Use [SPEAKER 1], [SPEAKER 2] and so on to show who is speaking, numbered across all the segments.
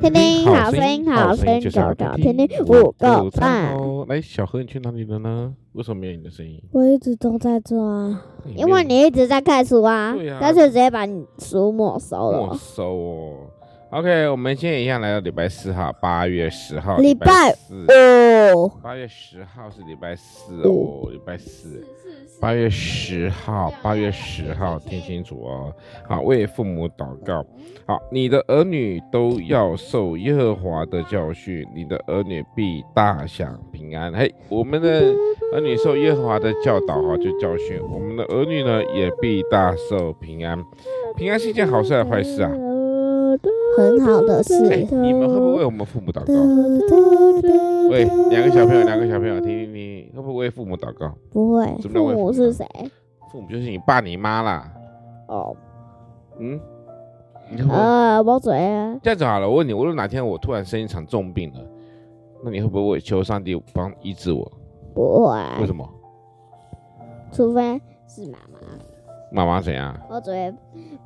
[SPEAKER 1] 听听好
[SPEAKER 2] 声
[SPEAKER 1] 声音，好声音，
[SPEAKER 2] 就是
[SPEAKER 1] 找
[SPEAKER 2] 要
[SPEAKER 1] 找
[SPEAKER 2] 听
[SPEAKER 1] 听听五个
[SPEAKER 2] 半
[SPEAKER 1] 半。。
[SPEAKER 2] 哦来，小何，你去哪里了呢？为什么没有你的声音？
[SPEAKER 3] 我一直都在这啊，
[SPEAKER 2] 那
[SPEAKER 1] 因
[SPEAKER 2] 没有
[SPEAKER 1] 为你一直在看书啊
[SPEAKER 2] 对啊，
[SPEAKER 1] 但是直接把你书没收
[SPEAKER 2] 没
[SPEAKER 1] 了。
[SPEAKER 2] 收哦。OK，我们现在一样来到礼拜四号，八月十号，
[SPEAKER 1] 礼
[SPEAKER 2] 拜
[SPEAKER 1] 拜
[SPEAKER 2] 四。
[SPEAKER 1] 哦，
[SPEAKER 2] 八月十号是礼拜四哦，礼拜四，八月十号，八月十号，听清楚哦。好，为父母祷告。好，你的儿女都要受耶和华的教训，你的儿女必大享平安。嘿，我们的儿女受耶和华的教导哈，就教训我们的儿女呢，也必大受平安。平安是一件好事还是坏事啊？
[SPEAKER 1] 很好的事
[SPEAKER 2] 哎，你们会不会为我们父母祷告？喂，两个小朋友，两个小朋友，听听听，会不会为父母祷告？
[SPEAKER 1] 不会。
[SPEAKER 2] 怎么了
[SPEAKER 1] 父母是谁？
[SPEAKER 2] 父母就是你爸你妈啦。
[SPEAKER 1] 哦，
[SPEAKER 2] 嗯，你看我、
[SPEAKER 1] 呃，我嘴啊，
[SPEAKER 2] 这样子好了，我问你，如果哪天我突然生一场重病了，那你会不会求上帝帮医治我？
[SPEAKER 1] 不
[SPEAKER 2] 为
[SPEAKER 1] 会，
[SPEAKER 2] 什么？
[SPEAKER 1] 除非是妈妈。
[SPEAKER 2] 妈妈怎样？
[SPEAKER 1] 我只会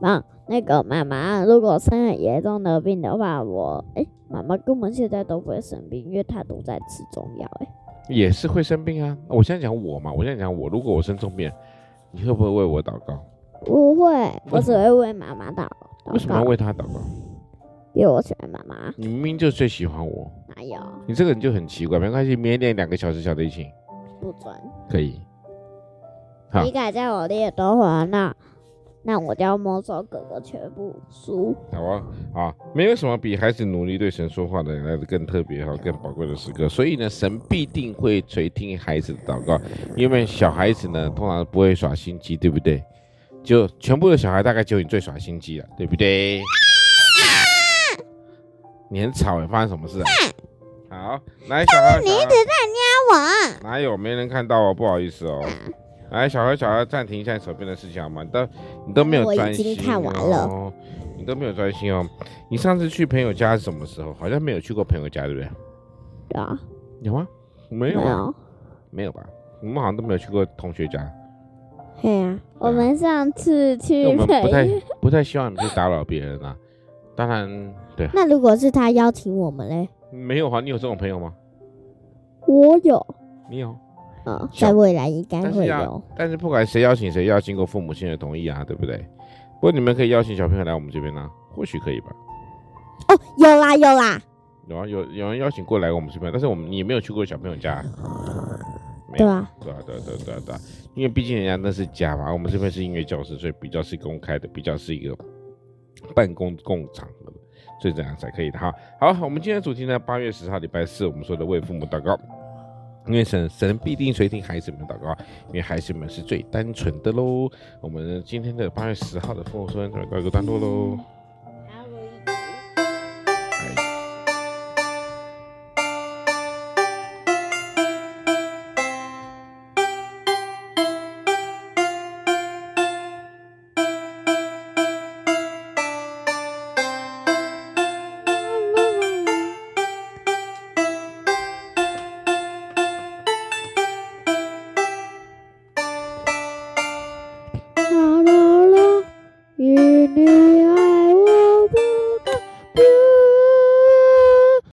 [SPEAKER 1] 帮那个妈妈，如果生很严重的病的话，我哎，妈妈根本现在都不会生病，因为她都在吃中药。哎，
[SPEAKER 2] 也是会生病啊。我现在讲我嘛，我现在讲我，如果我生重病，你会不会为我祷告？
[SPEAKER 1] 不会，我只会为妈妈祷
[SPEAKER 2] 为什
[SPEAKER 1] 祷
[SPEAKER 2] 么要
[SPEAKER 1] 告，
[SPEAKER 2] 为他祷告？
[SPEAKER 1] 因为我喜欢妈妈。
[SPEAKER 2] 你明明就最喜欢我，
[SPEAKER 1] 哪有
[SPEAKER 2] 你这个人就很奇怪。没关系，明天练两个小时小提琴
[SPEAKER 1] 不准？
[SPEAKER 2] 可以。好
[SPEAKER 1] 你敢在我列多华，那那我就要没收哥哥全部书。
[SPEAKER 2] 好啊，啊，没有什么比孩子努力对神说话的来的更特别哈、更宝贵的时刻。所以呢，神必定会垂听孩子的祷告，因为小孩子呢，通常不会耍心机，对不对？就全部的小孩，大概只有你最耍心机了，对不对？你很吵耶，发生什么事啊？好，来，小孩，你一直
[SPEAKER 1] 那我
[SPEAKER 2] 哪有没人看到哦？不好意思哦。来，小何，小何，暂停一下你手边的事情好吗？你都你都没有
[SPEAKER 1] 我已
[SPEAKER 2] 专心、哦，
[SPEAKER 1] 经看完了，
[SPEAKER 2] 你都没有专心哦。你上次去朋友家是什么时候？好像没有去过朋友家，对不对？
[SPEAKER 1] 对啊，
[SPEAKER 2] 有吗？没
[SPEAKER 1] 没
[SPEAKER 2] 有啊，
[SPEAKER 1] 有。
[SPEAKER 2] 没有吧？我们好像都没有去过同学家，
[SPEAKER 1] 嘿呀、我们上次
[SPEAKER 2] 因为
[SPEAKER 1] 去
[SPEAKER 2] 我们不太
[SPEAKER 1] 陪。
[SPEAKER 2] 不太希望你去打扰别人啊。当然，对，
[SPEAKER 3] 那如果是他邀请我们嘞？
[SPEAKER 2] 没有啊。你有这种朋友吗？
[SPEAKER 1] 我有，
[SPEAKER 2] 没有。
[SPEAKER 3] 啊，
[SPEAKER 2] 小啊
[SPEAKER 3] 在未来应该
[SPEAKER 2] 但是
[SPEAKER 3] 会
[SPEAKER 2] 要
[SPEAKER 3] 有。
[SPEAKER 2] 但是不管谁邀请谁，要经过父母亲的同意啊，对不对？不过你们可以邀请小朋友来我们这边呢、啊或许可以吧。
[SPEAKER 3] 哦，有啦有啦，
[SPEAKER 2] 有啊，有有人邀请过来我们这边，但是我们你也没有去过小朋友家，没
[SPEAKER 3] 对
[SPEAKER 2] 有，
[SPEAKER 3] 吧？
[SPEAKER 2] 对啊，对啊，对啊，对啊，对啊，因为毕竟人家那是家嘛，我们这边是音乐教室，所以比较是公开的，比较是一个办公共场合的，所以这样才可以的哈。好，我们今天的主题呢，八月十号礼拜四，我们说的为父母祷告。因为神神必定垂听孩子们的祷告，因为孩子们是最单纯的喽。我们今天的八月十号的父母说恩祷告一个段落喽。
[SPEAKER 1] 啦啦啦，一年。